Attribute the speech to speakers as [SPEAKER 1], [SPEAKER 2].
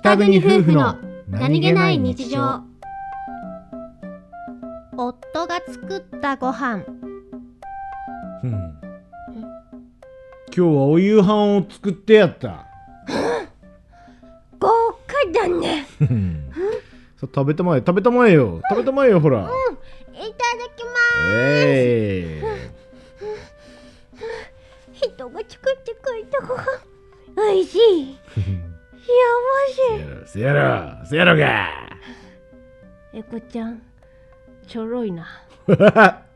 [SPEAKER 1] 北国夫婦の
[SPEAKER 2] 夫が作ったご飯
[SPEAKER 1] うん今日はお夕飯を作ってやった
[SPEAKER 2] 豪華だね
[SPEAKER 1] うんさ食べたまえ食べたまえよ食べたまえよほら、
[SPEAKER 2] いただきま
[SPEAKER 1] え
[SPEAKER 2] す人が作ってくれたご飯おいしい
[SPEAKER 1] え
[SPEAKER 2] 幸
[SPEAKER 1] せやろせやろせやろ
[SPEAKER 2] せえこちゃんちょろいな
[SPEAKER 1] が